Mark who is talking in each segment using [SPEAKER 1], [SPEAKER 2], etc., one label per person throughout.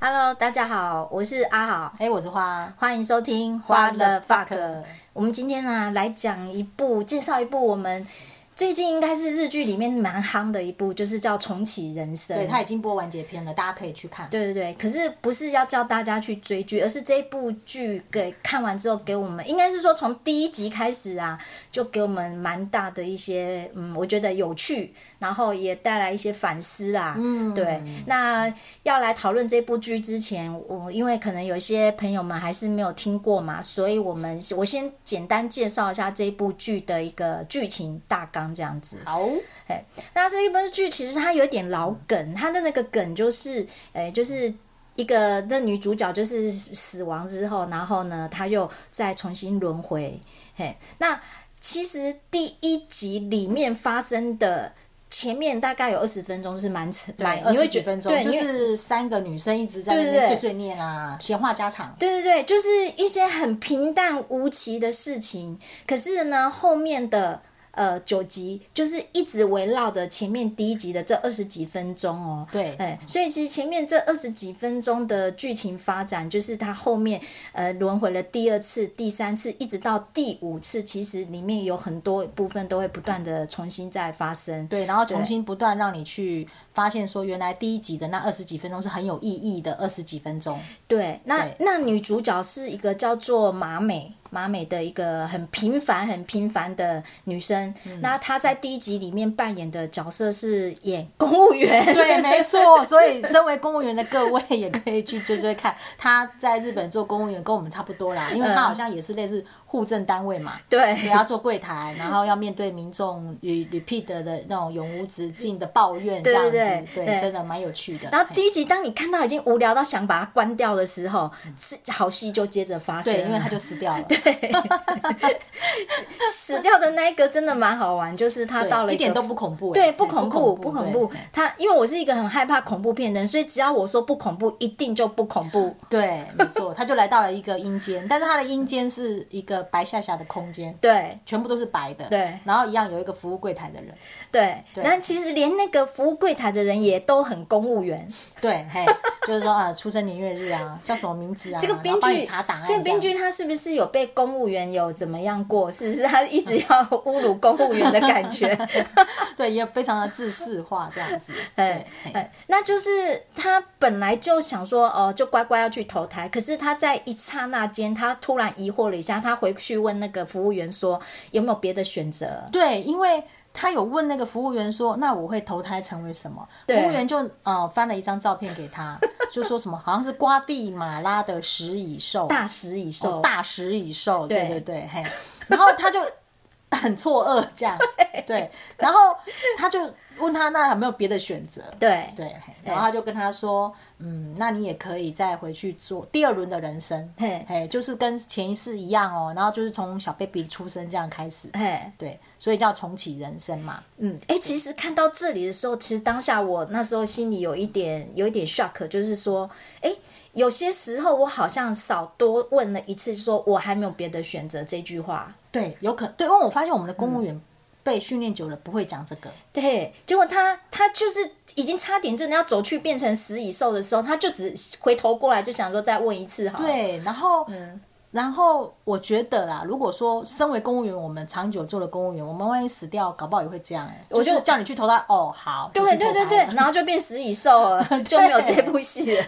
[SPEAKER 1] Hello，大家好，我是阿好，
[SPEAKER 2] 哎、我是花
[SPEAKER 1] 欢迎收听《花了 fuck》。我们今天呢、来讲一部，介绍一部我们最近应该是日剧里面蛮夯的一部，就是叫《重启人生》。
[SPEAKER 2] 对，它已经播完结篇了，大家可以去看。
[SPEAKER 1] 对对对，可是不是要叫大家去追剧，而是这部剧给看完之后，给我们应该是说从第一集开始啊，就给我们蛮大的一些嗯，我觉得有趣，然后也带来一些反思啊。嗯，对。那要来讨论这部剧之前，我因为可能有一些朋友们还是没有听过嘛，所以我们我先简单介绍一下这部剧的一个剧情大纲这样子。
[SPEAKER 2] 好，
[SPEAKER 1] 那这一部剧其实它有点老梗，它的那个梗就是，诶、就是一个那女主角就是死亡之后，然后呢，她又再重新轮回。嘿，那其实第一集里面发生的前面大概有二十分钟是蛮扯蛮，
[SPEAKER 2] 二
[SPEAKER 1] 你会
[SPEAKER 2] 十
[SPEAKER 1] 觉
[SPEAKER 2] 几
[SPEAKER 1] 得
[SPEAKER 2] 分钟，
[SPEAKER 1] 对，
[SPEAKER 2] 就
[SPEAKER 1] 你会
[SPEAKER 2] 是三个女生一直在那
[SPEAKER 1] 对对
[SPEAKER 2] 边
[SPEAKER 1] 对
[SPEAKER 2] 碎碎念啊，闲话家常。
[SPEAKER 1] 对对对，就是一些很平淡无奇的事情。可是呢，后面的呃九集就是一直围绕着前面第一集的这二十几分钟哦。
[SPEAKER 2] 对
[SPEAKER 1] 哎，所以其实前面这二十几分钟的剧情发展，就是它后面呃轮回了第二次、第三次，一直到第五次，其实里面有很多部分都会不断的重新再发生。
[SPEAKER 2] 对，然后重新不断让你去发现，说原来第一集的那二十几分钟是很有意义的二十几 分钟。
[SPEAKER 1] 对，那
[SPEAKER 2] 对
[SPEAKER 1] 那女主角是一个叫做马美马美的一个很平凡、很平凡的女生。那她在第一集里面扮演的角色是演公务员，
[SPEAKER 2] 对，没错。所以，身为公务员的各位也可以去追追看，他在日本做公务员跟我们差不多啦，因为他
[SPEAKER 1] 嗯
[SPEAKER 2] 好像也是类似户政单位嘛。
[SPEAKER 1] 对
[SPEAKER 2] 也要做柜台，然后要面对民众 re- repeat 的那种永无止境的抱怨，这样子，
[SPEAKER 1] 对对对
[SPEAKER 2] 真的蛮有趣的。
[SPEAKER 1] 然后
[SPEAKER 2] 嘿
[SPEAKER 1] 第一集，当你看到已经无聊到想把它关掉的时候，是好戏就接着发生了，
[SPEAKER 2] 对，因为他就死掉了，
[SPEAKER 1] 死掉的那一个真的蛮好玩，就是他
[SPEAKER 2] 对
[SPEAKER 1] 到了
[SPEAKER 2] 一
[SPEAKER 1] 个
[SPEAKER 2] 点都不恐怖，
[SPEAKER 1] 对
[SPEAKER 2] 哎
[SPEAKER 1] 不恐怖不恐怖
[SPEAKER 2] 对。
[SPEAKER 1] 他因为我是一个很害怕恐怖片的人，所以只要我说不恐怖，一定就不恐怖。
[SPEAKER 2] 对，没错，他就来到了一个阴间，但是他的阴间是一个白下下的空间，
[SPEAKER 1] 对
[SPEAKER 2] 全部都是白的，
[SPEAKER 1] 对
[SPEAKER 2] 然后一样有一个服务柜台的人，
[SPEAKER 1] 对，那其实连那个服务柜台的人也都很公务员。
[SPEAKER 2] 对，嘿，就是说啊，出生年月日啊，叫什么名字啊，
[SPEAKER 1] 这个
[SPEAKER 2] 然
[SPEAKER 1] 编
[SPEAKER 2] 后帮你
[SPEAKER 1] 剧
[SPEAKER 2] 查档案，
[SPEAKER 1] 这个编
[SPEAKER 2] 样
[SPEAKER 1] 剧他是不是有被公务员有怎么样过？是不是他一直要侮辱公务员的感 觉？
[SPEAKER 2] 对也非常的自视化这样子，
[SPEAKER 1] 哎
[SPEAKER 2] 对，嘿
[SPEAKER 1] 哎，那就是他本来就想说，哦、就乖乖要去投胎。可是他在一刹那间，他突然疑惑了一下，他回去问那个服务员说，有没有别的选择？
[SPEAKER 2] 对，因为他有问那个服务员说：“那我会投胎成为什么？”服
[SPEAKER 1] 对
[SPEAKER 2] 务员就呃翻了一张照片给他，就说什么好像是瓜地马拉的食蚁兽，
[SPEAKER 1] 大食蚁兽，
[SPEAKER 2] 哦大食蚁兽，对
[SPEAKER 1] 对
[SPEAKER 2] 对对，嘿，然后他就很错愕这样，对，然后他就问他那有没有别的选择？
[SPEAKER 1] 对
[SPEAKER 2] 对，嘿然后他就跟他说，嗯，那你也可以再回去做第二轮的人生，
[SPEAKER 1] 嘿
[SPEAKER 2] 嘿，就是跟前一世一样哦，然后就是从小 baby 出生这样开始，
[SPEAKER 1] 嘿，
[SPEAKER 2] 对，所以叫重启人生嘛。
[SPEAKER 1] 嗯，哎、其实看到这里的时候，其实当下我那时候心里有一点有一点 shock，就是说，哎、有些时候我好像少多问了一次，说我还没有别的选择这句话。
[SPEAKER 2] 对，有可对，因为我发现我们的公务
[SPEAKER 1] 嗯
[SPEAKER 2] 员被训练久了不会讲这个，
[SPEAKER 1] 对，结果他他就是已经差点真的要走去变成食蚁兽的时候，他就只回头过来就想说再问一次好了。
[SPEAKER 2] 对，然后。
[SPEAKER 1] 嗯
[SPEAKER 2] 然后我觉得啦，如果说身为公务员，我们长久做了公务员，我们万一死掉，搞不好也会这样、欸。
[SPEAKER 1] 我
[SPEAKER 2] 就
[SPEAKER 1] 就是
[SPEAKER 2] 叫你去投胎，哦，好，对
[SPEAKER 1] 对对对对，然后就变食蚁兽了， 就没有这部戏了。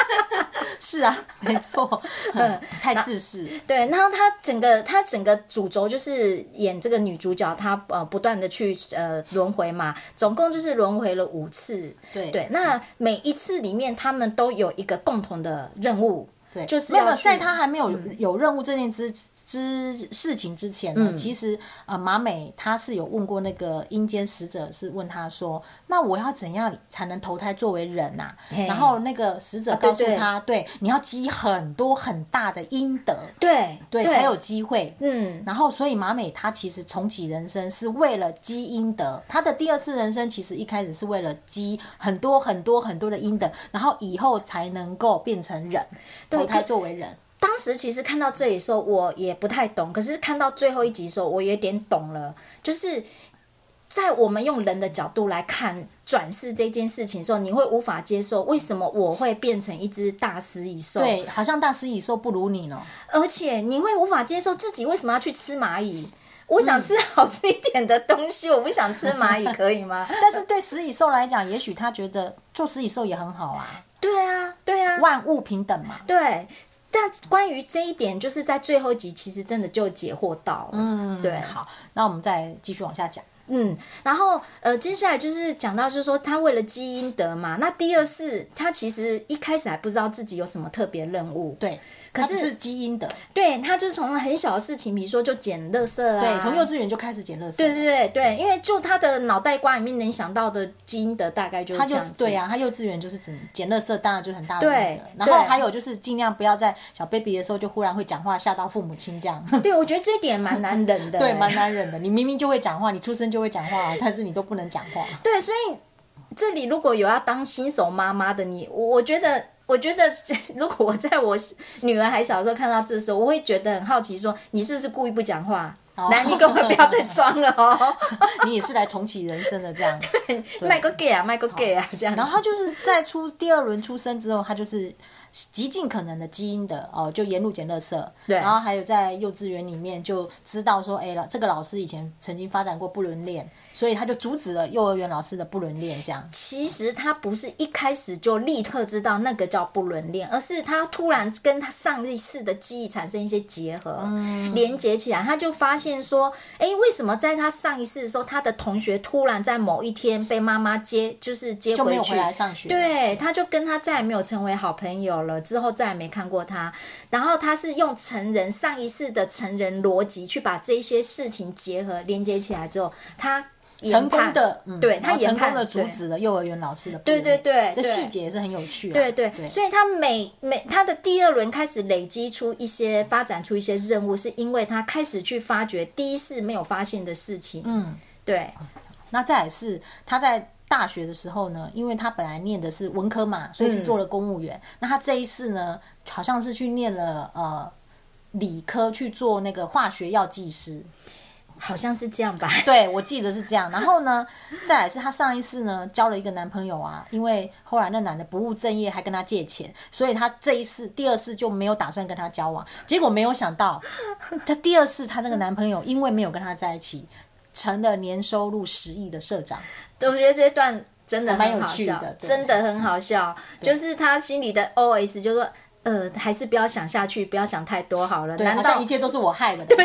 [SPEAKER 2] 是啊，没错，嗯 太自私，
[SPEAKER 1] 对，然后他整个他整个主轴就是演这个女主角，她呃不断的去呃轮回嘛，总共就是轮回了五次。
[SPEAKER 2] 对
[SPEAKER 1] 对，那每一次里面他们都有一个共同的任务，
[SPEAKER 2] 对，
[SPEAKER 1] 就是
[SPEAKER 2] 没有
[SPEAKER 1] 要去嗯
[SPEAKER 2] 在他还没有、有任务这件之之事情之前呢，其实呃，马美她是有问过那个阴间使者，是问他说，那我要怎样才能投胎作为人呐、
[SPEAKER 1] 嘿
[SPEAKER 2] 然后那个使者
[SPEAKER 1] 啊对
[SPEAKER 2] 告诉他，对你要积很多很大的阴德，
[SPEAKER 1] 对
[SPEAKER 2] 对，才有机会。
[SPEAKER 1] 嗯，
[SPEAKER 2] 然后，所以马美她其实重启人生是为了积阴德，她的第二次人生其实一开始是为了积很多很多很多的阴德，然后以后才能够变成人，投胎作为人。
[SPEAKER 1] 当时其实看到这里的时候，我也不太懂，可是看到最后一集的时候，我有点懂了，就是在我们用人的角度来看转世这件事情的时候，你会无法接受为什么我会变成一只大食蚁兽，
[SPEAKER 2] 对，好像大师蚁兽不如你呢。
[SPEAKER 1] 而且你会无法接受自己为什么要去吃蚂蚁。我想吃好吃一点的东西，我不想吃蚂蚁，可以吗？
[SPEAKER 2] 但是对食蚁兽来讲，也许他觉得做食蚁兽也很好啊，
[SPEAKER 1] 对啊，对啊，
[SPEAKER 2] 万物平等嘛。
[SPEAKER 1] 对。但关于这一点，就是在最后一集其实真的就解惑到了。嗯，对，
[SPEAKER 2] 好，那我们再继续往下讲。
[SPEAKER 1] 嗯，然后呃，接下来就是讲到，就是说他为了基因得嘛，那第二是他其实一开始还不知道自己有什么特别任务，
[SPEAKER 2] 对，
[SPEAKER 1] 可
[SPEAKER 2] 它
[SPEAKER 1] 是啊
[SPEAKER 2] 只是基因的，
[SPEAKER 1] 对他就是从很小的事情，比如说就捡垃圾啊，
[SPEAKER 2] 对，从幼稚园就开始捡垃圾，
[SPEAKER 1] 对对对对，因为就他的脑袋瓜里面能想到的基因的大概就是
[SPEAKER 2] 他
[SPEAKER 1] 这
[SPEAKER 2] 就
[SPEAKER 1] 样子，
[SPEAKER 2] 对呀、啊，他幼稚园就是只捡垃圾，当然就是很大的
[SPEAKER 1] 对
[SPEAKER 2] 那个。然
[SPEAKER 1] 对
[SPEAKER 2] 后还有就是尽量不要在小 baby 的时候就忽然会讲话吓到父母亲这样，
[SPEAKER 1] 对，我觉得这一点蛮难忍的， 欸
[SPEAKER 2] 对，蛮难忍的。你明明就会讲话，你出生就会讲话，啊但是你都不能讲话。
[SPEAKER 1] 对，所以这里如果有要当新手妈妈的你，我我觉得。我觉得， 如果我在我女儿还小的时候看到这时候，我会觉得很好奇说你是不是故意不讲话？
[SPEAKER 2] 哦
[SPEAKER 1] 来，你根本不要再装了 哦！
[SPEAKER 2] 你也是来重启人生的这样。
[SPEAKER 1] 卖个 gay 啊，卖个 gay 啊，这样子。
[SPEAKER 2] 然后他就是在出第二轮出生之后，他就是极尽可能的基因的哦，就沿路捡垃圾。
[SPEAKER 1] 对
[SPEAKER 2] 然后还有在幼稚园里面就知道说，哎，老这个老师以前曾经发展过不伦恋，所以他就阻止了幼儿园老师的不伦恋这样。
[SPEAKER 1] 其实他不是一开始就立刻知道那个叫不伦恋，而是他突然跟他上一世的记忆产生一些结合，
[SPEAKER 2] 嗯
[SPEAKER 1] 连接起来，他就发现说，诶，为什么在他上一世的时候，他的同学突然在某一天被妈妈接，就是接
[SPEAKER 2] 就没
[SPEAKER 1] 回
[SPEAKER 2] 有
[SPEAKER 1] 去，
[SPEAKER 2] 回来上学
[SPEAKER 1] 对，他就跟他再也没有成为好朋友了，之后再也没看过他。然后他是用成人上一世的成人逻辑去把这些事情结合连接起来之后，他研
[SPEAKER 2] 成
[SPEAKER 1] 判
[SPEAKER 2] 功的，嗯、
[SPEAKER 1] 对
[SPEAKER 2] 然
[SPEAKER 1] 他
[SPEAKER 2] 后
[SPEAKER 1] 研
[SPEAKER 2] 成
[SPEAKER 1] 判
[SPEAKER 2] 功的阻
[SPEAKER 1] 对
[SPEAKER 2] 止了幼儿园老师的不
[SPEAKER 1] 对
[SPEAKER 2] 伦
[SPEAKER 1] 对
[SPEAKER 2] 恋，
[SPEAKER 1] 对
[SPEAKER 2] 这
[SPEAKER 1] 对
[SPEAKER 2] 细节也是很有趣、啊。
[SPEAKER 1] 对对，
[SPEAKER 2] 对
[SPEAKER 1] 所以他每每他的第二轮开始累积出一些发展出一些任务，是因为他开始去发掘第一次没有发现的事情。嗯，对
[SPEAKER 2] 那再来是他在大学的时候呢，因为他本来念的是文科嘛，所以
[SPEAKER 1] 嗯
[SPEAKER 2] 去做了公务员。那他这一次呢，好像是去念了呃理科，去做那个化学药剂师。
[SPEAKER 1] 好像是这样 吧。
[SPEAKER 2] 对，我记得是这样。然后呢， 再来是她上一次呢交了一个男朋友啊，因为后来那男的不务正业，还跟她借钱，所以她这一次、第二次就没有打算跟他交往。结果没有想到，她第二次她这个男朋友因为没有跟她在一起，成了年收入十亿的社长。
[SPEAKER 1] 我觉得这一段真的
[SPEAKER 2] 蛮
[SPEAKER 1] 很
[SPEAKER 2] 有
[SPEAKER 1] 好
[SPEAKER 2] 趣
[SPEAKER 1] 笑
[SPEAKER 2] 的，对
[SPEAKER 1] 真的很好笑。就是他心里的 OS 就说：“呃，还是不要想下去，不要想太多好了。”
[SPEAKER 2] 对，
[SPEAKER 1] 难
[SPEAKER 2] 好像
[SPEAKER 1] 道
[SPEAKER 2] 一切都是我害的。 对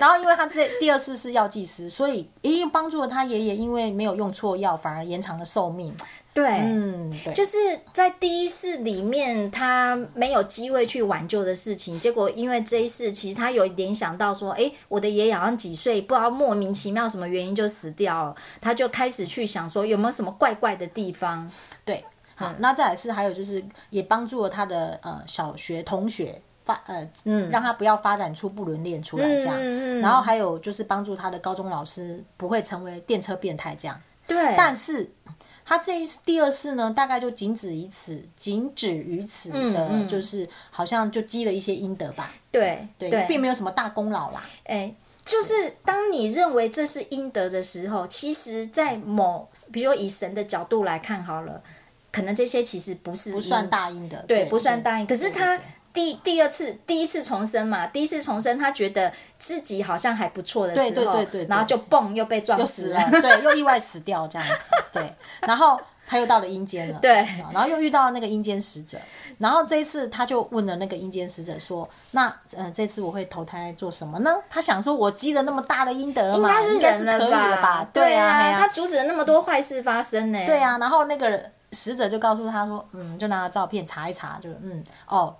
[SPEAKER 2] 然后，因为他这第二次是药剂师，所以也帮助了他爷爷，因为没有用错药，反而延长了寿命。
[SPEAKER 1] 对？
[SPEAKER 2] 嗯，对，
[SPEAKER 1] 就是在第一世里面，他没有机会去挽救的事情，结果因为这一世，其实他有联想到说，诶，我的爷爷好像几岁，不知道莫名其妙什么原因就死掉了，他就开始去想说有没有什么怪怪的地方。
[SPEAKER 2] 对，好，
[SPEAKER 1] 嗯
[SPEAKER 2] 那再来是还有就是也帮助了他的呃小学同学发呃，嗯，让他不要发展出不伦恋出来这样，
[SPEAKER 1] 嗯嗯嗯
[SPEAKER 2] 然后还有就是帮助他的高中老师不会成为电车变态这样，
[SPEAKER 1] 对，
[SPEAKER 2] 但是。他这一次第二次呢，大概就仅止于此，仅止于此的，
[SPEAKER 1] 嗯嗯
[SPEAKER 2] 就是好像就积了一些阴德吧，
[SPEAKER 1] 对
[SPEAKER 2] 对，并没有什么大功劳啦。
[SPEAKER 1] 哎，就是当你认为这是应得的时候，其实，在某，比如说以神的角度来看好了，可能这些其实不是
[SPEAKER 2] 不
[SPEAKER 1] 不
[SPEAKER 2] 算大阴德，
[SPEAKER 1] 对，不算答应。可
[SPEAKER 2] 对
[SPEAKER 1] 是
[SPEAKER 2] 对
[SPEAKER 1] 他
[SPEAKER 2] 对
[SPEAKER 1] 第第二次第一次重生嘛，第一次重生，他觉得自己好像还不错的时候，
[SPEAKER 2] 对对对对对
[SPEAKER 1] 然后就蹦又被撞
[SPEAKER 2] 又
[SPEAKER 1] 死
[SPEAKER 2] 死
[SPEAKER 1] 了
[SPEAKER 2] 了，，对，又意外死掉这样子，对，然后他又到了阴间了，
[SPEAKER 1] 对
[SPEAKER 2] 然后又遇到那个阴间使者，然后这一次他就问了那个阴间使者说：“那呃，这次我会投胎做什么呢？”他想说，我积了那么大的阴德了
[SPEAKER 1] 应
[SPEAKER 2] 嘛，
[SPEAKER 1] 该
[SPEAKER 2] 应该是
[SPEAKER 1] 人
[SPEAKER 2] 可以了
[SPEAKER 1] 吧？
[SPEAKER 2] 对啊，嘿
[SPEAKER 1] 啊，
[SPEAKER 2] 啊
[SPEAKER 1] 他阻止了那么多坏事发生呢、
[SPEAKER 2] 对啊，然后那个使者就告诉他说：“嗯，就拿了照片查一查，就嗯，哦，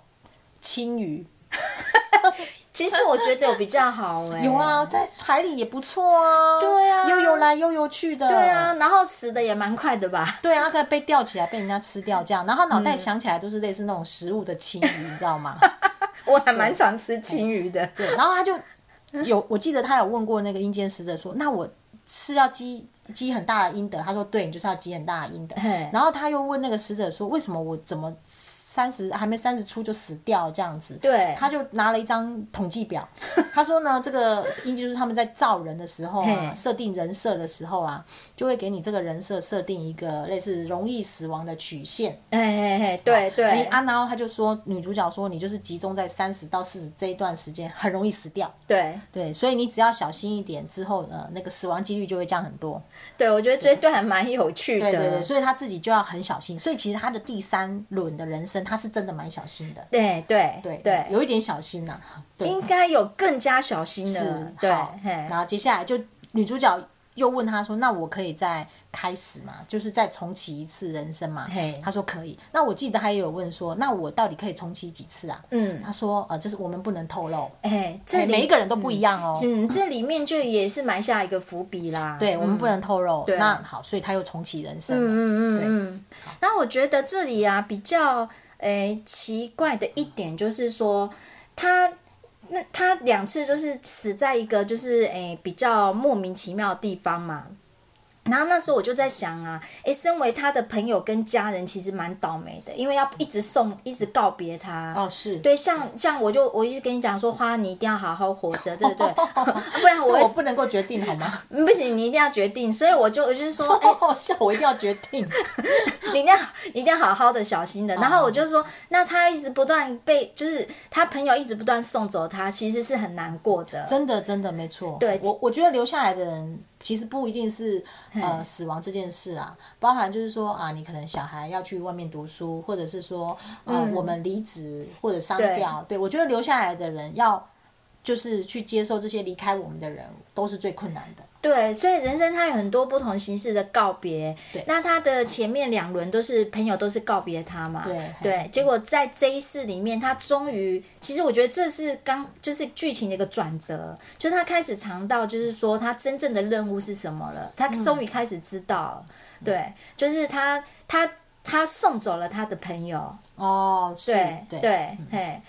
[SPEAKER 2] 青鱼
[SPEAKER 1] 其实我觉得有比较好哎、
[SPEAKER 2] 有，啊，在海里也不错啊，
[SPEAKER 1] 对啊
[SPEAKER 2] 悠游来悠游去的，
[SPEAKER 1] 对啊，然后死的也蛮快的吧？
[SPEAKER 2] 对啊，他可能被吊起来，被人家吃掉这样，然后脑
[SPEAKER 1] 嗯
[SPEAKER 2] 袋想起来都是类似那种食物的青鱼，你知道吗？
[SPEAKER 1] 我还蛮常吃青鱼的，
[SPEAKER 2] 对，然后他就有，我记得他有问过那个阴间使者说，那我是要积积很大的阴德。他说对，你就是要积很大的阴德
[SPEAKER 1] 嘿。
[SPEAKER 2] 然后他又问那个死者说，为什么我怎么三十还没三十出就死掉这样子？
[SPEAKER 1] 对
[SPEAKER 2] 他就拿了一张统计表，他说呢，这个因就是他们在造人的时候啊，
[SPEAKER 1] 嘿
[SPEAKER 2] 设定人设的时候啊，就会给你这个人设设定一个类似容易死亡的曲线。
[SPEAKER 1] 哎哎哎，对
[SPEAKER 2] 你
[SPEAKER 1] 对
[SPEAKER 2] 啊，然后他就说女主角说你就是集中在三十到四十这一段时间，很容易死掉。
[SPEAKER 1] 对
[SPEAKER 2] 对，所以你只要小心一点，之后呃，那个死亡几率就会降很多。
[SPEAKER 1] 对，我觉得这一段还蛮有趣的。
[SPEAKER 2] 对对对，所以他自己就要很小心。所以其实他的第三轮的人生，他是真的蛮小心的。
[SPEAKER 1] 对对
[SPEAKER 2] 对
[SPEAKER 1] 对
[SPEAKER 2] 有一点小心呐、对，
[SPEAKER 1] 应该有更加小心
[SPEAKER 2] 是
[SPEAKER 1] 的，对，
[SPEAKER 2] 好
[SPEAKER 1] 嘿
[SPEAKER 2] 然后接下来就女主角又问他说：“那我可以再开始吗？就是再重启一次人生嘛
[SPEAKER 1] 嘿？”
[SPEAKER 2] 他说可以。那我记得他也有问说：“那我到底可以重启几次啊？”
[SPEAKER 1] 嗯，
[SPEAKER 2] 他说：“呃，这是我们不能透露，
[SPEAKER 1] 哎，这
[SPEAKER 2] 哎
[SPEAKER 1] 里
[SPEAKER 2] 每一个人都不一样哦。
[SPEAKER 1] 嗯，这里面就也是埋下一个伏笔啦。
[SPEAKER 2] 嗯对，我们不能透露。
[SPEAKER 1] 对
[SPEAKER 2] 那好，所以他又重启人生
[SPEAKER 1] 嗯，
[SPEAKER 2] 了。
[SPEAKER 1] 嗯嗯嗯。那我觉得这里啊比较诶奇怪的一点就是说，他那他两次就是死在一个就是诶比较莫名其妙的地方嘛。然后那时候我就在想啊，诶，身为他的朋友跟家人，其实蛮倒霉的，因为要一直送，一直告别他。
[SPEAKER 2] 哦，是，
[SPEAKER 1] 对，像像我就我一直跟你讲说，花你一定要好好活着，对不 对？不然
[SPEAKER 2] 这
[SPEAKER 1] 我会
[SPEAKER 2] 我不能够决定好 吗？
[SPEAKER 1] 不行，你一定要决定。所以我就我就是 说，诶
[SPEAKER 2] 好好笑，我一定要决定。
[SPEAKER 1] 你一定要你一定要好好的小心的。然后我就说，那他一直不断被，就是他朋友一直不断送走他，其实是很难过的。
[SPEAKER 2] 真的，真的没 错。
[SPEAKER 1] 对
[SPEAKER 2] 我我觉得留下来的人其实不一定是呃死亡这件事啊，包含就是说啊，你可能小孩要去外面读书，或者是说呃、我们离职或者商掉。对我觉得留下来的人要就是去接受这些离开我们的人都是最困难的。
[SPEAKER 1] 对，所以人生它有很多不同形式的告别。那他的前面两轮都是朋友，都是告别他嘛。
[SPEAKER 2] 对
[SPEAKER 1] 对，结果在这一世里面，他终于，其实我觉得这是刚就是剧情的一个转折，就是他开始尝到，就是说他真正的任务是什么了，他终于开始知道了。对，就是他他他送走了他的朋友。
[SPEAKER 2] 哦，是
[SPEAKER 1] 对嗯
[SPEAKER 2] 对
[SPEAKER 1] 对，嘿，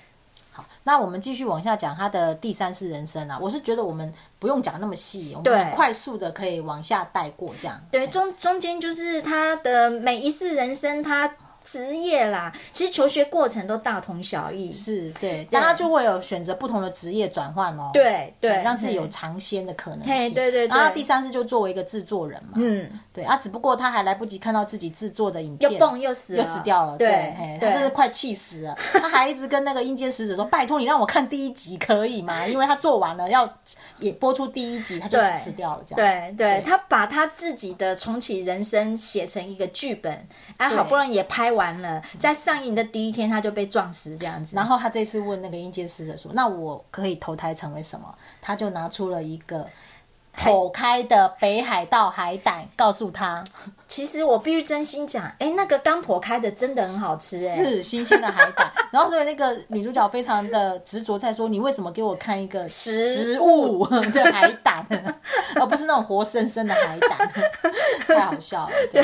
[SPEAKER 2] 那我们继续往下讲他的第三世人生啊，我是觉得我们不用讲那么细，我
[SPEAKER 1] 对
[SPEAKER 2] 们很快速的可以往下带过这样。
[SPEAKER 1] 对，哎中中间就是他的每一世人生，他职业啦，其实求学过程都大同小异。
[SPEAKER 2] 是对，大家就会有选择不同的职业转换哦。
[SPEAKER 1] 对对，
[SPEAKER 2] 让自己有
[SPEAKER 1] 嘿
[SPEAKER 2] 尝鲜的可能
[SPEAKER 1] 嘿
[SPEAKER 2] 性。
[SPEAKER 1] 对对对
[SPEAKER 2] 然后他第三次就作为一个制作人嘛，
[SPEAKER 1] 嗯，
[SPEAKER 2] 对啊，只不过他还来不及看到自己制作的影
[SPEAKER 1] 又
[SPEAKER 2] 片，
[SPEAKER 1] 蹦又死了，
[SPEAKER 2] 又死掉了。
[SPEAKER 1] 对
[SPEAKER 2] 嘿，他
[SPEAKER 1] 对
[SPEAKER 2] 真是快气死了。他还一直跟那个阴间使者说：“拜托你让我看第一集可以吗？”因为他做完了要也播出第一集，他就
[SPEAKER 1] 对
[SPEAKER 2] 死掉了。这样
[SPEAKER 1] 对对，他把他自己的重启人生写成一个剧本，啊，好不容易也拍完了，在上映的第一天他就被撞死，这样子。
[SPEAKER 2] 然后他这次问那个阴间使者说：“那我可以投胎成为什么？”他就拿出了一个剖开的北海道海胆，告诉他
[SPEAKER 1] 其实我必须真心讲，哎，那个刚破开的真的很好吃，哎，
[SPEAKER 2] 是新鲜的海胆。 然后所以那个女主角非常的执着，在说你为什么给我看一个
[SPEAKER 1] 食
[SPEAKER 2] 食物的海胆，而不是那种活生生的海胆， 太好笑了。对，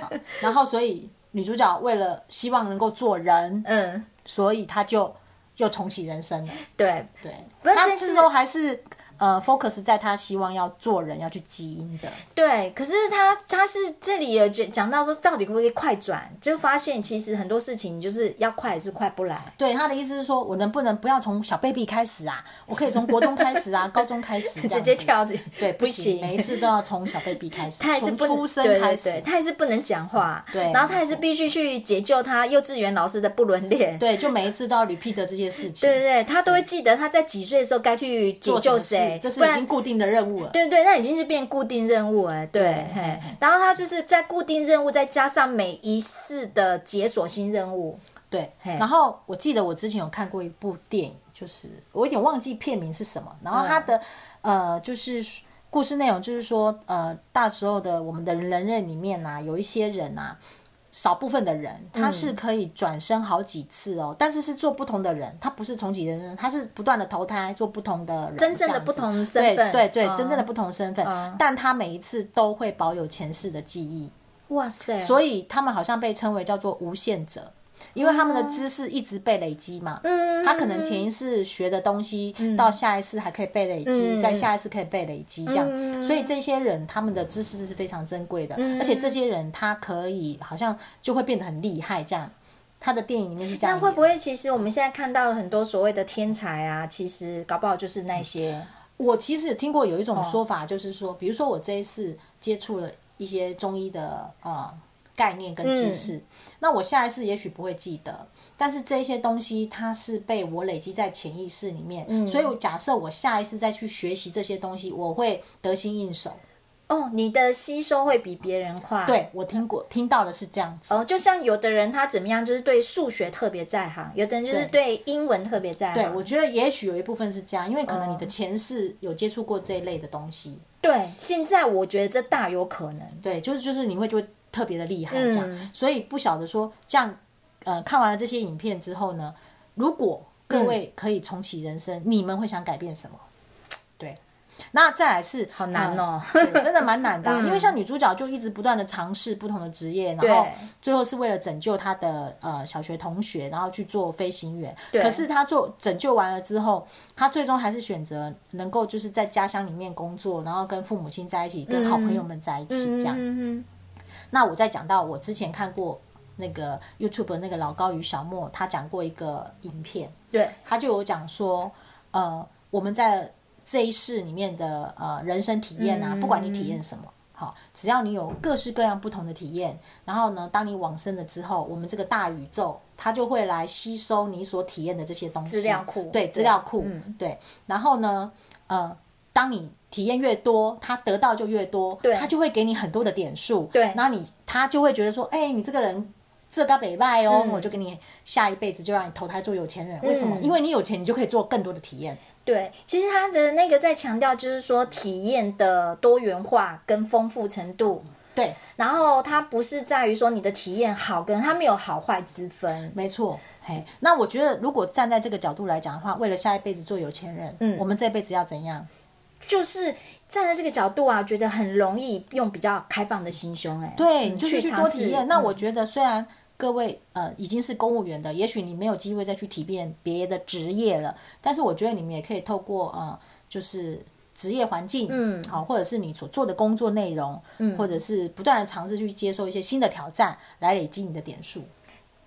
[SPEAKER 2] 好然后所以女主角为了希望能够做人，
[SPEAKER 1] 嗯，
[SPEAKER 2] 所以她就又重启人生了。
[SPEAKER 1] 对，
[SPEAKER 2] 对，
[SPEAKER 1] 不是
[SPEAKER 2] 她
[SPEAKER 1] 这
[SPEAKER 2] 这
[SPEAKER 1] 次
[SPEAKER 2] 时候还是呃 focus 在她希望要做人，要去基因的。
[SPEAKER 1] 对，可是他他是这里有讲讲到说，到底可不可以快转，就发现其实很多事情就是要快也是快不来。
[SPEAKER 2] 对，他的意思是说，我能不能不要从小 baby 开始啊？我可以从国中开始 啊，高中开始 这样子，
[SPEAKER 1] 直接跳进
[SPEAKER 2] 对，不行，
[SPEAKER 1] 不行
[SPEAKER 2] 每一次都要从小 baby 开始，
[SPEAKER 1] 他还是
[SPEAKER 2] 从
[SPEAKER 1] 不能
[SPEAKER 2] 出生
[SPEAKER 1] 对
[SPEAKER 2] 开
[SPEAKER 1] 对
[SPEAKER 2] 始。
[SPEAKER 1] 对，他还是不能讲话，
[SPEAKER 2] 对
[SPEAKER 1] 然后他还是
[SPEAKER 2] 没错
[SPEAKER 1] 必须去解救他幼稚园老师的不伦恋，
[SPEAKER 2] 对就每一次都要 repeat 这些事情，
[SPEAKER 1] 对对对，他都会记得他在几岁的时候该去解
[SPEAKER 2] 做什
[SPEAKER 1] 救
[SPEAKER 2] 么事
[SPEAKER 1] 谁，
[SPEAKER 2] 这是
[SPEAKER 1] 不
[SPEAKER 2] 已
[SPEAKER 1] 然
[SPEAKER 2] 经固定的任务了。
[SPEAKER 1] 对对，那已经是变固定任务哎，对，嘿，然后他就是在固定任务再加上每一次的解锁新任务，
[SPEAKER 2] 对，
[SPEAKER 1] 嘿
[SPEAKER 2] 然后我记得我之前有看过一部电影，就是我有点忘记片名是什么，然后它的、
[SPEAKER 1] 嗯
[SPEAKER 2] 呃就是。故事内容就是说，呃，大时候的我们的人类里面呐、有一些人呐、少部分的人他是可以转生好几次哦，但是是做不同的人，他不是重启人生，他是不断的投胎做不同的人，
[SPEAKER 1] 真正的
[SPEAKER 2] 这样子
[SPEAKER 1] 不同身份
[SPEAKER 2] 对对对，
[SPEAKER 1] 嗯
[SPEAKER 2] 真正的不同身份，但他每一次都会保有前世的记忆，
[SPEAKER 1] 哇塞，
[SPEAKER 2] 所以他们好像被称为叫做无限者。因为他们的知识一直被累积嘛。
[SPEAKER 1] 嗯
[SPEAKER 2] 他可能前一世学的东西，到下一次还可以被累积，
[SPEAKER 1] 嗯
[SPEAKER 2] 在下一次可以被累积，这样。所以这些人他们的知识是非常珍贵的，
[SPEAKER 1] 嗯
[SPEAKER 2] 而且这些人他可以好像就会变得很厉害，这样。他的电影里面是这样
[SPEAKER 1] 那
[SPEAKER 2] 演，
[SPEAKER 1] 会不会其实我们现在看到了很多所谓的天才啊，其实搞不好就是那些
[SPEAKER 2] 我其实有听过有一
[SPEAKER 1] 哦
[SPEAKER 2] 种说法，就是说，比如说我这一次接触了一些中医的呃概念跟知识，
[SPEAKER 1] 嗯
[SPEAKER 2] 那我下一次也许不会记得，但是这些东西它是被我累积在潜意识里面，
[SPEAKER 1] 嗯
[SPEAKER 2] 所以我假设我下一次再去学习这些东西，我会得心应手。
[SPEAKER 1] 哦，你的吸收会比别人快。
[SPEAKER 2] 对我听过听到的是这样子，
[SPEAKER 1] 哦，就像有的人他怎么样，就是对数学特别在行，有的人就是对英文特别在行。
[SPEAKER 2] 对我觉得也许有一部分是这样，因为可能
[SPEAKER 1] 哦
[SPEAKER 2] 你的前世有接触过这一类的东西，
[SPEAKER 1] 对现在我觉得这大有可能。
[SPEAKER 2] 对，就是就是你会就会特别的厉害这样，
[SPEAKER 1] 嗯
[SPEAKER 2] 所以不晓得说这样，呃，看完了这些影片之后呢，如果各
[SPEAKER 1] 嗯
[SPEAKER 2] 位可以重启人生，你们会想改变什么？对，那再来是
[SPEAKER 1] 好难哦嗯
[SPEAKER 2] 呃对真的蛮难的 啊、因为像女主角就一直不断的尝试不同的职业，然后
[SPEAKER 1] 对
[SPEAKER 2] 最后是为了拯救她的呃小学同学，然后去做飞行员。
[SPEAKER 1] 对
[SPEAKER 2] 可是她做拯救完了之后，她最终还是选择能够就是在家乡里面工作，然后跟父母亲在一起，
[SPEAKER 1] 嗯
[SPEAKER 2] 跟好朋友们在 一起这样。
[SPEAKER 1] 嗯嗯
[SPEAKER 2] 那我再讲到我之前看过那个 YouTube 那个老高与小莫，他讲过一个影片，
[SPEAKER 1] 对，
[SPEAKER 2] 他就有讲说，呃，我们在这一世里面的呃人生体验啊，
[SPEAKER 1] 嗯
[SPEAKER 2] 不管你体验什么。好，只要你有各式各样不同的体验，然后呢，当你往生了之后，我们这个大宇宙它就会来吸收你所体验的这些东西，
[SPEAKER 1] 资料库嗯
[SPEAKER 2] 对，资料库，对。然后呢，呃，当你体验越多，它得到就越多，
[SPEAKER 1] 对
[SPEAKER 2] 它就会给你很多的点数，
[SPEAKER 1] 对
[SPEAKER 2] 然后你他就会觉得说，哎、你这个人这个北拜哦，
[SPEAKER 1] 嗯
[SPEAKER 2] 我就给你下一辈子就让你投胎做有钱人。为什么？
[SPEAKER 1] 嗯
[SPEAKER 2] 因为你有钱，你就可以做更多的体验。
[SPEAKER 1] 对，其实他的那个在强调就是说体验的多元化跟丰富程度，
[SPEAKER 2] 对，
[SPEAKER 1] 然后它不是在于说你的体验好跟它没有好坏之分。
[SPEAKER 2] 没错。嘿，那我觉得如果站在这个角度来讲的话，为了下一辈子做有钱人，
[SPEAKER 1] 嗯
[SPEAKER 2] 我们这辈子要怎样？
[SPEAKER 1] 就是站在这个角度啊，觉得很容易用比较开放的心胸、哎，
[SPEAKER 2] 对，
[SPEAKER 1] 嗯
[SPEAKER 2] 你就是
[SPEAKER 1] 去
[SPEAKER 2] 去
[SPEAKER 1] 尝
[SPEAKER 2] 多
[SPEAKER 1] 试嗯
[SPEAKER 2] 体验。那我觉得虽然。各位，呃，已经是公务员的，也许你没有机会再去体验别的职业了，但是我觉得你们也可以透过呃，就是职业环境，
[SPEAKER 1] 嗯
[SPEAKER 2] 好、或者是你所做的工作内容，嗯，或者是不断的尝试去接受一些新的挑战，来累积你的点数。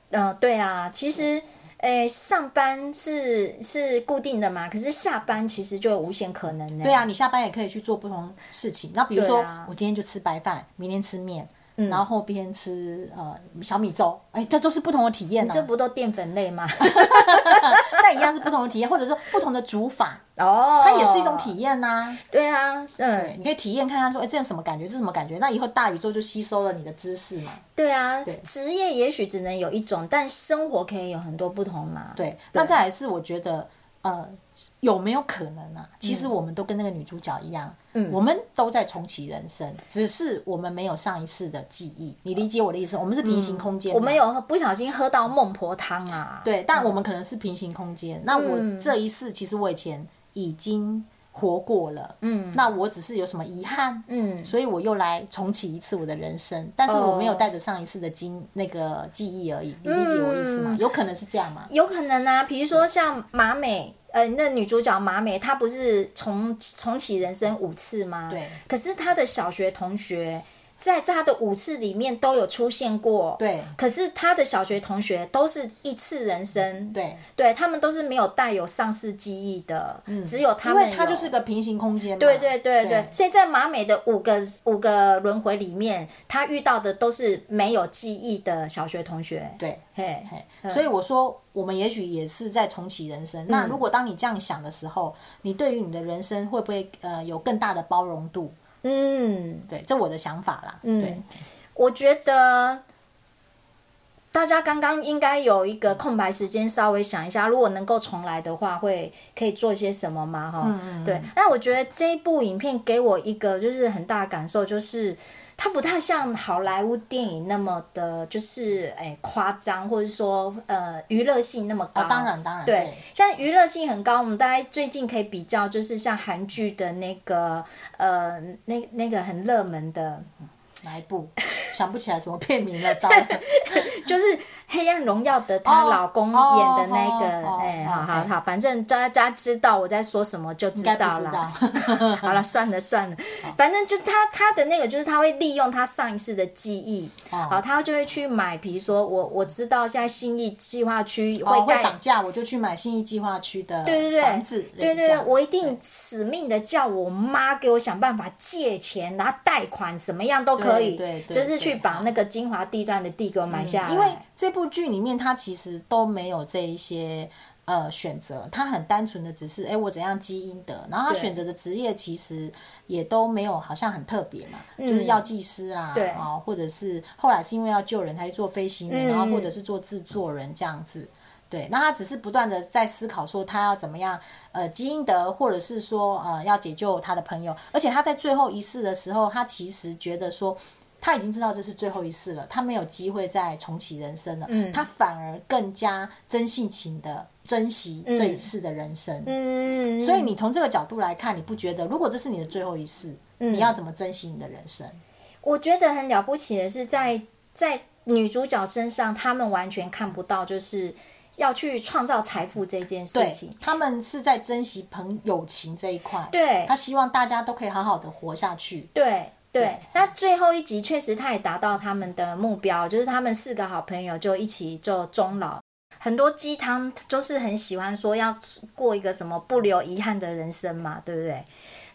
[SPEAKER 1] 嗯、对啊，其实，诶、上班是是固定的嘛，可是下班其实就有无限可能欸呢、
[SPEAKER 2] 对啊，，你下班也可以去做不同事情。那比如说，
[SPEAKER 1] 对啊嗯
[SPEAKER 2] 我今天就吃白饭，明天吃面，然后后边吃呃小米粥，哎，这都是不同的体验、啊。
[SPEAKER 1] 这不都淀粉类 吗？
[SPEAKER 2] 但一样是不同的体验，或者是不同的煮法，
[SPEAKER 1] 哦，
[SPEAKER 2] 它也是一种体。验呐、
[SPEAKER 1] 对啊，嗯，
[SPEAKER 2] 你可以体验看看说，哎，这样什么感觉？这是什么感觉？那以后大宇宙就吸收了你的知识嘛。
[SPEAKER 1] 对啊，
[SPEAKER 2] 对
[SPEAKER 1] 职业也许只能有一种，但生活可以有很多不同嘛。
[SPEAKER 2] 对，那再来是我觉得，呃，有没有可能啊？其实我们都跟那个女主角一样，嗯，我们都在重启人生，只是我们没有上一世的记忆。你理解我的意思？我们是平行空间、
[SPEAKER 1] 我们。有不小心喝到孟婆汤啊。
[SPEAKER 2] 对，但我们可能是平行空间。那我这一世，其实我以前已经活过了，嗯，那我只是有什么遗憾，
[SPEAKER 1] 嗯
[SPEAKER 2] 所以我又来重启一次我的人生，但是我没有
[SPEAKER 1] 哦
[SPEAKER 2] 带着上一次的经、那个记忆而已，你理解我意思吗？
[SPEAKER 1] 嗯
[SPEAKER 2] 有可能是这样吗？
[SPEAKER 1] 有可能啊，比如说像马美，呃，那女主角马美，她不是重重启人生五次吗？
[SPEAKER 2] 对。
[SPEAKER 1] 可是她的小学同学，在在她的五次里面都有出现过。。
[SPEAKER 2] 对
[SPEAKER 1] 可是她的小学同学都是一次人生，
[SPEAKER 2] 对，
[SPEAKER 1] 对他们都是没有带有上世记忆的，只有哦他
[SPEAKER 2] 嗯因
[SPEAKER 1] 们
[SPEAKER 2] 为它
[SPEAKER 1] 有
[SPEAKER 2] 就是个平行空间嘛，
[SPEAKER 1] 对对对对，所以在马美的五个五个轮回里面，她遇到的都是没有记忆的小学同学。
[SPEAKER 2] 对。
[SPEAKER 1] 嘿，嗯
[SPEAKER 2] 嘿所以我说，我们也许也是在重启人生。那如果当你这样想的时候，你对于你的人生会不会呃有更大的包容度？
[SPEAKER 1] 嗯，
[SPEAKER 2] 对，这我的想法啦。对
[SPEAKER 1] 嗯，我觉得大家刚刚应该有一个空白时间，稍微想一下，如果能够重来的话，会可以做些什么吗？哈、
[SPEAKER 2] 嗯
[SPEAKER 1] 对。但我觉得这一部影片给我一个就是很大的感受，就是它不太像好莱坞电影那么的，就是哎夸张，或者说呃娱乐性那么高。
[SPEAKER 2] 啊，当然当然，
[SPEAKER 1] 对，像娱乐性很高，我们大概最近可以比较，就是像韩剧的那个呃，那那个很热门的，
[SPEAKER 2] 哪一部想不起来什么片名了，糟了。
[SPEAKER 1] 就是《黑暗荣耀》的她
[SPEAKER 2] 哦
[SPEAKER 1] 老公演的那个，哎、
[SPEAKER 2] 哦哦哦哦
[SPEAKER 1] 好好
[SPEAKER 2] OK
[SPEAKER 1] 好，反正大家知道我在说什么就知
[SPEAKER 2] 应该
[SPEAKER 1] 道
[SPEAKER 2] 不知
[SPEAKER 1] 了
[SPEAKER 2] 道。。
[SPEAKER 1] 好了，算了算了，反正就是他他的那个，就是他会利用他上一次的记忆，
[SPEAKER 2] 哦
[SPEAKER 1] 好，他就会去买，比如说我我知道现在新义计划区
[SPEAKER 2] 哦，
[SPEAKER 1] 会
[SPEAKER 2] 会
[SPEAKER 1] 盖
[SPEAKER 2] 涨价，我就去买信义计划区的
[SPEAKER 1] 对对对，
[SPEAKER 2] 房子，类
[SPEAKER 1] 对对
[SPEAKER 2] 似这
[SPEAKER 1] 对，
[SPEAKER 2] 样
[SPEAKER 1] 我一定死命的叫我妈给我想办法借钱，然后贷款，什么样都可以，
[SPEAKER 2] 对对对
[SPEAKER 1] 就是去把那个精华地段的地给我买下来。
[SPEAKER 2] 因为这部剧里面，它其实都没有这一些呃选择，它很单纯的只是哎、诶我怎样基因的，然后他
[SPEAKER 1] 对
[SPEAKER 2] 选择的职业其实也都没有好像很特别嘛，就是药剂师啊，
[SPEAKER 1] 嗯对
[SPEAKER 2] 啊，或者是后来是因为要救人才去做飞行
[SPEAKER 1] 嗯
[SPEAKER 2] 员，然后或者是做制作人这样子。对，那他只是不断的在思考说他要怎么样，呃，基因德，或者是说呃要解救他的朋友，而且他在最后一世的时候，他其实觉得说他已经知道这是最后一世了，他没有机会再重启人生了，他反而更加真性情的珍惜这一世的人生。
[SPEAKER 1] 嗯，
[SPEAKER 2] 所以你从这个角度来看，你不觉得如果这是你的最后一世，你要怎么珍惜你的人生？
[SPEAKER 1] 我觉得很了不起的是在，在女主角身上，他们完全看不到，就是要去创造财富这件事
[SPEAKER 2] 对
[SPEAKER 1] 情。，
[SPEAKER 2] 他们是在珍惜朋友情这一块，
[SPEAKER 1] 对
[SPEAKER 2] 他希望大家都可以好好的活下去。
[SPEAKER 1] 对对，那最后一集确实他也达到他们的目标，就是他们四个好朋友就一起就终老。很多鸡汤就是很喜欢说要过一个什么不留遗憾的人生嘛，对不对？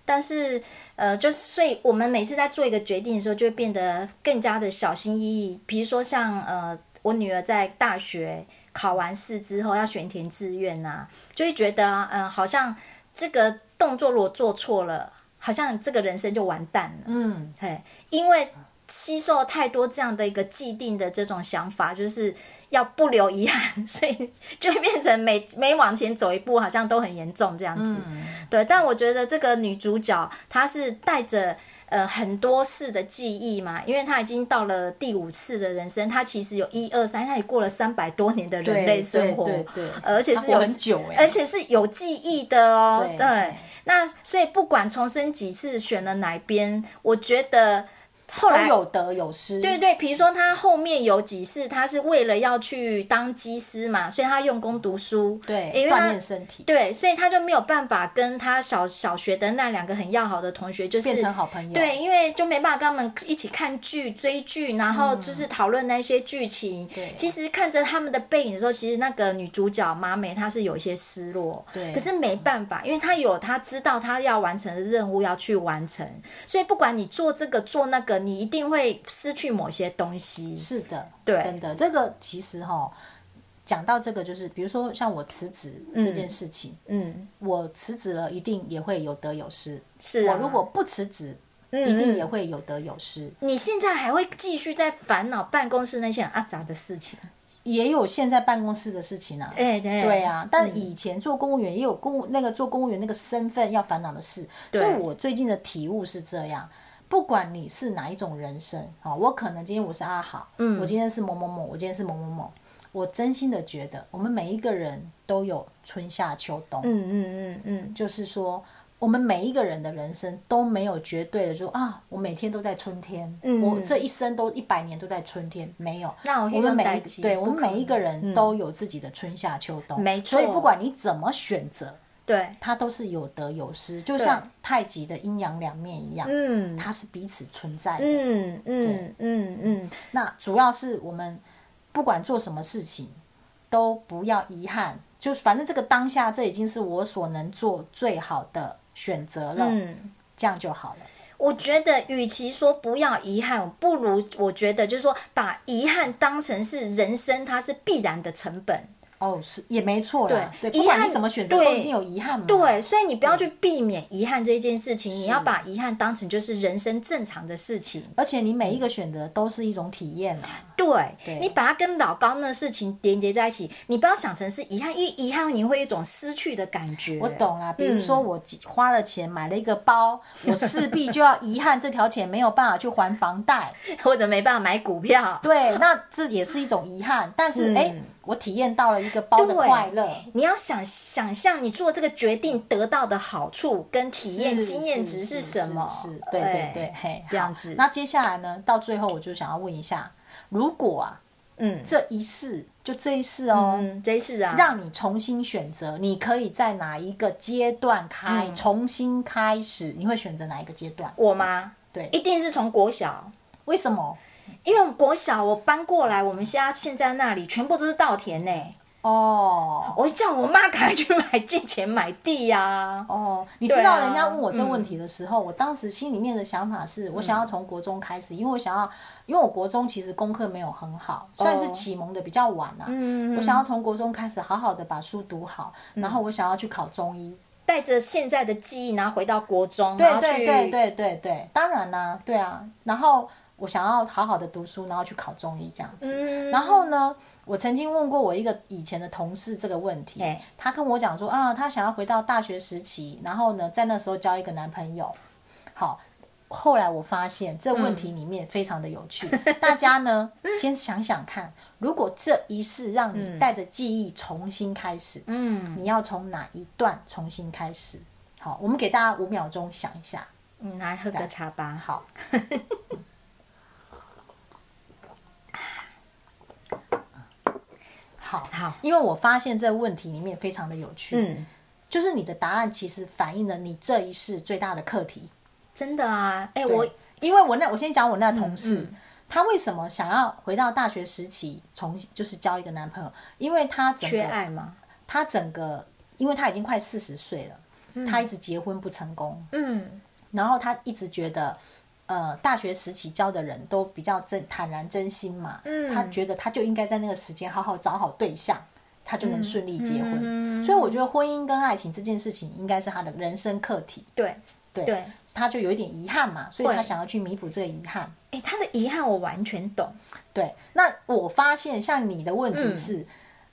[SPEAKER 1] 但是，呃，就是所以我们每次在做一个决定的时候，就会变得更加的小心翼翼。比如说像呃，我女儿在大学考完试之后要选填志愿呐、就会觉得嗯、呃好像这个动作如果做错了，好像这个人生就完蛋了。
[SPEAKER 2] 嗯，
[SPEAKER 1] 嘿，因为吸收太多这样的一个既定的这种想法，就是要不留遗憾， 所以就会变成每每往前走一步，好像都很严重这样子。
[SPEAKER 2] 嗯
[SPEAKER 1] 对，但我觉得这个女主角她是带着。呃，很多次的记忆嘛，因为她已经到了第五次的人生，她其实有一二三，她也过了三百多年的人类生活，
[SPEAKER 2] 对对对对
[SPEAKER 1] 而且是
[SPEAKER 2] 他
[SPEAKER 1] 有
[SPEAKER 2] 活很久欸
[SPEAKER 1] 而且是有记忆的哦。
[SPEAKER 2] 对
[SPEAKER 1] 对，那所以不管重生几次，选了哪边，我觉得后
[SPEAKER 2] 都
[SPEAKER 1] 来
[SPEAKER 2] 有得有失。
[SPEAKER 1] 对对，比如说他后面有几次，他是为了要去当机师嘛，所以他用功读书，
[SPEAKER 2] 对，
[SPEAKER 1] 因为
[SPEAKER 2] 锻
[SPEAKER 1] 他
[SPEAKER 2] 炼身体，
[SPEAKER 1] 对，所以他就没有办法跟他小小学的那两个很要好的同学就是
[SPEAKER 2] 变成好朋友。
[SPEAKER 1] 对，因为就没办法跟他们一起看剧、追剧，然后就是讨论那些剧情。
[SPEAKER 2] 对
[SPEAKER 1] 其实看着他们的背影的时候，其实那个女主角马美她是有一些失落，
[SPEAKER 2] 对
[SPEAKER 1] 可是没办法，因为她有她知道她要完成的任务要去完成，所以不管你做这个做那个，你一定会失去某些东西。
[SPEAKER 2] 是的，
[SPEAKER 1] 对
[SPEAKER 2] 真的，这个其实哈，讲到这个就是，比如说像我辞职这件事情，
[SPEAKER 1] 嗯，
[SPEAKER 2] 我辞职了，一定也会有得有失。
[SPEAKER 1] 是啊嗯
[SPEAKER 2] 我如果不辞职，一定也会有得有失。
[SPEAKER 1] 你现在还会继续在烦恼办公室那些很阿杂的事情。
[SPEAKER 2] 也有现在办公室的事情啊。
[SPEAKER 1] 哎、对
[SPEAKER 2] 对啊，但以前做公务员也有公务那个做公务员那个身份要烦恼的事，
[SPEAKER 1] 对
[SPEAKER 2] 所以我最近的体悟是这样：不管你是哪一种人生，啊、我可能今天我是阿豪，嗯，我今天是某某某，我今天是某某某，我真心的觉得我们每一个人都有春夏秋冬，
[SPEAKER 1] 嗯嗯嗯嗯，
[SPEAKER 2] 就是说，我们每一个人的人生都没有绝对的说啊，我每天都在春天，
[SPEAKER 1] 嗯
[SPEAKER 2] 我这一生都一百年都在春天，没有。
[SPEAKER 1] 那我
[SPEAKER 2] 我
[SPEAKER 1] 希望
[SPEAKER 2] 们每
[SPEAKER 1] 代
[SPEAKER 2] 一
[SPEAKER 1] 际
[SPEAKER 2] 对
[SPEAKER 1] 不嗯
[SPEAKER 2] 我们每一个人都有自己的春夏秋冬，
[SPEAKER 1] 没错
[SPEAKER 2] 所以不管你怎么选择，
[SPEAKER 1] 对，
[SPEAKER 2] 它都是有得有失，就像太极的阴阳两面一样，
[SPEAKER 1] 嗯
[SPEAKER 2] 它是彼此存在的。
[SPEAKER 1] 嗯嗯嗯嗯，
[SPEAKER 2] 那主要是我们不管做什么事情，都不要遗憾，就反正这个当下，这已经是我所能做最好的选择了，
[SPEAKER 1] 嗯
[SPEAKER 2] 这样就好了。
[SPEAKER 1] 我觉得，与其说不要遗憾，不如我觉得就是说，把遗憾当成是人生它是必然的成本。
[SPEAKER 2] 哦，是也没错啦，
[SPEAKER 1] 对
[SPEAKER 2] 对，
[SPEAKER 1] 遗
[SPEAKER 2] 不管
[SPEAKER 1] 憾
[SPEAKER 2] 你怎么选择，
[SPEAKER 1] 对
[SPEAKER 2] 都一定有遗憾嘛。
[SPEAKER 1] 对，所以你不要去避免遗憾这件事情，你要把遗憾当成就是人生正常的事情。
[SPEAKER 2] 而且你每一个选择都是一种体验啊嘛。
[SPEAKER 1] 对，
[SPEAKER 2] 对
[SPEAKER 1] 你把它跟老高那事情连接在一起，你不要想成是遗憾，因为遗憾你会有一种失去的感觉。
[SPEAKER 2] 我懂啦，比如说
[SPEAKER 1] 嗯
[SPEAKER 2] 我几花了钱买了一个包，我势必就要遗憾这条钱没有办法去还房贷。
[SPEAKER 1] 或者没办法买股票。
[SPEAKER 2] 对，那这也是一种遗憾，但是哎、我体验到了一个包的
[SPEAKER 1] 嗯对
[SPEAKER 2] 快乐。
[SPEAKER 1] 你要想想象你做这个决定得到的好处跟体验
[SPEAKER 2] 是
[SPEAKER 1] 经验值
[SPEAKER 2] 是
[SPEAKER 1] 什么？哎
[SPEAKER 2] 是，是对对对，嘿，
[SPEAKER 1] 这样
[SPEAKER 2] 好
[SPEAKER 1] 子
[SPEAKER 2] 那接下来呢，到最后我就想要问一下，如果啊，
[SPEAKER 1] 嗯
[SPEAKER 2] 这一世就这一世哦，
[SPEAKER 1] 嗯，这一次啊，
[SPEAKER 2] 让你重新选择，你可以在哪一个阶段开、重新开始？你会选择哪一个阶段？
[SPEAKER 1] 我吗？
[SPEAKER 2] 对
[SPEAKER 1] 一定是从国小，
[SPEAKER 2] 为什么？
[SPEAKER 1] 因为国小我搬过来，我们家现在那里全部都是稻田呢、
[SPEAKER 2] 哦
[SPEAKER 1] 我叫我妈赶快去买借钱买地呀、
[SPEAKER 2] 哦，你
[SPEAKER 1] 对啊
[SPEAKER 2] 知道人家问我这问题的时候，我当时心里面的想法是
[SPEAKER 1] 嗯
[SPEAKER 2] 我想要从国中开始，因为我想要，因为我国中其实功课没有很好，算是启蒙的比较晚啊。
[SPEAKER 1] 哦嗯
[SPEAKER 2] 我想要从国中开始好好的把书读好，然后我想要去考中医。
[SPEAKER 1] 带着现在的记忆，然后回到国中，然
[SPEAKER 2] 对
[SPEAKER 1] 后去
[SPEAKER 2] 对对对对对，当然啦、对啊。然后我想要好好的读书，然后去考中医这样子。
[SPEAKER 1] 嗯
[SPEAKER 2] 然后呢，我曾经问过我一个以前的同事这个问题
[SPEAKER 1] 哎，
[SPEAKER 2] 他跟我讲说啊，他想要回到大学时期，然后呢，在那时候交一个男朋友。好，后来我发现这问题里面非常的有趣，
[SPEAKER 1] 嗯
[SPEAKER 2] 大家呢先想想看，如果这一世让你带着记忆重新开始，
[SPEAKER 1] 嗯
[SPEAKER 2] 你要从哪一段重新开始？好，我们给大家五秒钟想一下。
[SPEAKER 1] 嗯，来喝个茶吧。
[SPEAKER 2] 好， 好，
[SPEAKER 1] 好，
[SPEAKER 2] 因为我发现这问题里面非常的有趣，，
[SPEAKER 1] 嗯，
[SPEAKER 2] 就是你的答案其实反映了你这一世最大的课题。
[SPEAKER 1] 真的啊，哎、
[SPEAKER 2] 对
[SPEAKER 1] 我嗯
[SPEAKER 2] 因为我那我先讲我那同事，她为什么想要回到大学时期重就是交一个男朋友？因为她整
[SPEAKER 1] 缺
[SPEAKER 2] 个
[SPEAKER 1] 爱嘛，
[SPEAKER 2] 她整个，因为她已经快四十岁了，她一直结婚不成功，
[SPEAKER 1] 嗯
[SPEAKER 2] 然后她一直觉得。呃，大学时期交的人都比较真坦然真心嘛，
[SPEAKER 1] 嗯
[SPEAKER 2] 她觉得她就应该在那个时间好好找好对象，她就能顺利结婚。
[SPEAKER 1] 嗯
[SPEAKER 2] 所以我觉得婚姻跟爱情这件事情应该是她的人生课题，
[SPEAKER 1] 对，
[SPEAKER 2] 对，
[SPEAKER 1] 对
[SPEAKER 2] 她就有一点遗憾嘛，所以
[SPEAKER 1] 会
[SPEAKER 2] 她想要去弥补这个遗憾。
[SPEAKER 1] 哎、他的遗憾我完全懂，
[SPEAKER 2] 对，那我发现像你的问
[SPEAKER 1] 嗯
[SPEAKER 2] 题是，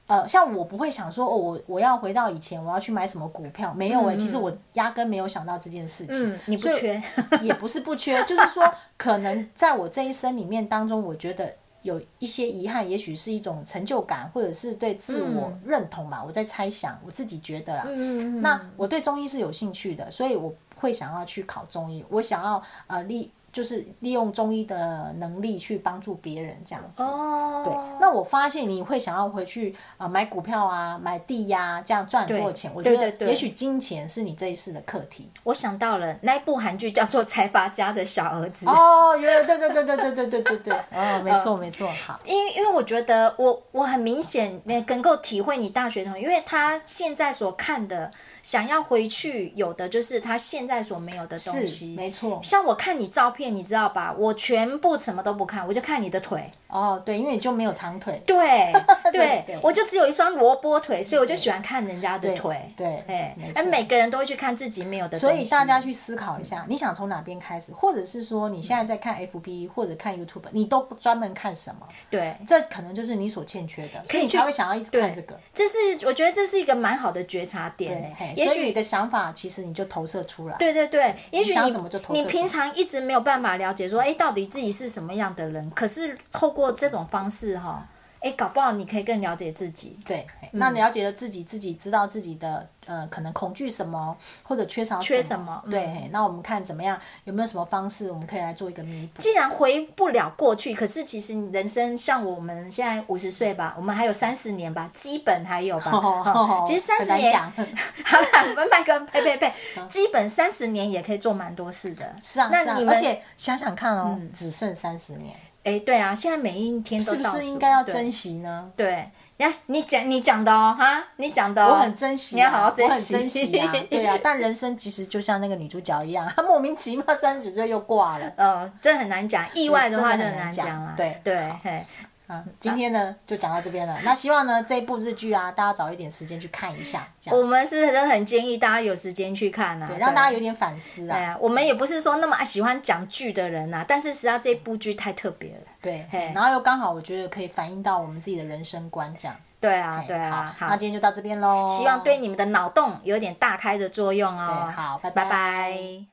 [SPEAKER 2] 呃，像我不会想说哦，我我要回到以前，我要去买什么股票，没有诶、欸其实我压根没有想到这件事
[SPEAKER 1] 嗯
[SPEAKER 2] 情。
[SPEAKER 1] 嗯，你不
[SPEAKER 2] 所以
[SPEAKER 1] 缺，
[SPEAKER 2] 也不是不缺，就是说，可能在我这一生里面当中，我觉得有一些遗憾，也许是一种成就感，或者是对自我认同吧。我在猜想，我自己觉得啦。
[SPEAKER 1] 嗯，
[SPEAKER 2] 那我对中医是有兴趣的，所以我会想要去考中医，我想要呃利就是利用中医的能力去帮助别人这样 子。
[SPEAKER 1] 哦，
[SPEAKER 2] 对，那我发现你会想要回去呃买股票啊，买地呀、这样赚很多
[SPEAKER 1] 对
[SPEAKER 2] 钱。我
[SPEAKER 1] 对
[SPEAKER 2] 觉
[SPEAKER 1] 对
[SPEAKER 2] 得
[SPEAKER 1] 对
[SPEAKER 2] 也许金钱是你这一世的课题。
[SPEAKER 1] 我想到了那一部韩剧叫做《财阀家的小儿子》
[SPEAKER 2] 哦，原来对对对对对对对对对， 哦，没错没错，好，
[SPEAKER 1] 因为因为我觉得我我很明显那能够体会你大学同学，因为他现在所看的，想要回去有的就是他现在所没有的东
[SPEAKER 2] 是
[SPEAKER 1] 西。
[SPEAKER 2] 没错。
[SPEAKER 1] 像我看你照片，你知道吧？我全部什么都不看，我就看你的腿。
[SPEAKER 2] 哦，对，因为你就没有长腿，
[SPEAKER 1] 对对
[SPEAKER 2] 对对
[SPEAKER 1] 我就只有一双萝卜腿，所以我就喜欢看人家的腿。
[SPEAKER 2] 对，
[SPEAKER 1] 哎
[SPEAKER 2] 没，错
[SPEAKER 1] 哎，。每个人都会去看自己没有的东
[SPEAKER 2] 所
[SPEAKER 1] 西。
[SPEAKER 2] 以大家去思考一下，你想从哪边开始，或者是说你现在在看 FB 或者看 YouTube，你都不专门看什么？
[SPEAKER 1] 对，
[SPEAKER 2] 这可能就是你所欠缺的，所
[SPEAKER 1] 以
[SPEAKER 2] 以你
[SPEAKER 1] 去
[SPEAKER 2] 才会想要一直看
[SPEAKER 1] 对
[SPEAKER 2] 这个。
[SPEAKER 1] 这是我觉得这是一个蛮好的觉察点
[SPEAKER 2] 对，
[SPEAKER 1] 哎
[SPEAKER 2] 嘿，
[SPEAKER 1] 也
[SPEAKER 2] 所以
[SPEAKER 1] 许
[SPEAKER 2] 你的想法其实你就投射出来。
[SPEAKER 1] 对对对，也许
[SPEAKER 2] 想
[SPEAKER 1] 你
[SPEAKER 2] 什么就投射
[SPEAKER 1] 你
[SPEAKER 2] 什么
[SPEAKER 1] 平常一直没有办法了解说，哎，到底自己是什么样的人，可是透过这种方式哈、哎，搞不好你可以更了解自己。
[SPEAKER 2] 对，嘿
[SPEAKER 1] 嗯
[SPEAKER 2] 那了解了自己，自己知道自己的呃，可能恐惧什么，或者缺少
[SPEAKER 1] 缺什
[SPEAKER 2] 什
[SPEAKER 1] 么嗯
[SPEAKER 2] 对，嘿那我们看怎么样，有没有什么方式，我们可以来做一个弥补。
[SPEAKER 1] 既然回不了过去，可是其实你人生像我们现在五十岁吧，我们还有三十年吧，基本还有吧。哈其实三十
[SPEAKER 2] 哦很难
[SPEAKER 1] 年，
[SPEAKER 2] 讲 嗯
[SPEAKER 1] 好啦，我们麦克呸呸呸，基本三十年也可以做蛮多事的。
[SPEAKER 2] 是啊，是
[SPEAKER 1] 那
[SPEAKER 2] 啊
[SPEAKER 1] 你们
[SPEAKER 2] 而且想想看哦，只剩三十年，
[SPEAKER 1] 哎，对啊，现在每一天都
[SPEAKER 2] 是不
[SPEAKER 1] 倒数
[SPEAKER 2] 是应该要
[SPEAKER 1] 对
[SPEAKER 2] 珍惜呢？
[SPEAKER 1] 对，来，你讲你讲的哦，哈，你讲的、哦，
[SPEAKER 2] 我很珍惜、啊，
[SPEAKER 1] 你要好好珍
[SPEAKER 2] 我很
[SPEAKER 1] 惜，
[SPEAKER 2] 珍 惜啊，对啊。但人生其实就像那个女主角一样，她 莫名其妙三十岁又挂了。
[SPEAKER 1] 呃，这很难讲，意外的话就难啦。
[SPEAKER 2] 真的很难讲
[SPEAKER 1] 对，嘿，嗯
[SPEAKER 2] 啊，今天呢就讲到这 边了。那希望呢这一部日剧啊，大家找一点时间去看一下，这样
[SPEAKER 1] 我们是真的很建议大家有时间去看啊，
[SPEAKER 2] 对，让大家有点反思
[SPEAKER 1] 哦对
[SPEAKER 2] 啊。
[SPEAKER 1] 啊我们也不是说那么喜欢讲剧的人呐、啊，但是实际上这部剧太特别了。
[SPEAKER 2] 对
[SPEAKER 1] 嘿，
[SPEAKER 2] 然后又刚好我觉得可以反映到我们自己的人生观，这样。
[SPEAKER 1] 对啊，
[SPEAKER 2] 嘿
[SPEAKER 1] 对啊，
[SPEAKER 2] 哎好，那今天就到这边喽。
[SPEAKER 1] 希望对你们的脑洞有点大开的作用哦。
[SPEAKER 2] 对好拜
[SPEAKER 1] 拜
[SPEAKER 2] 拜
[SPEAKER 1] 拜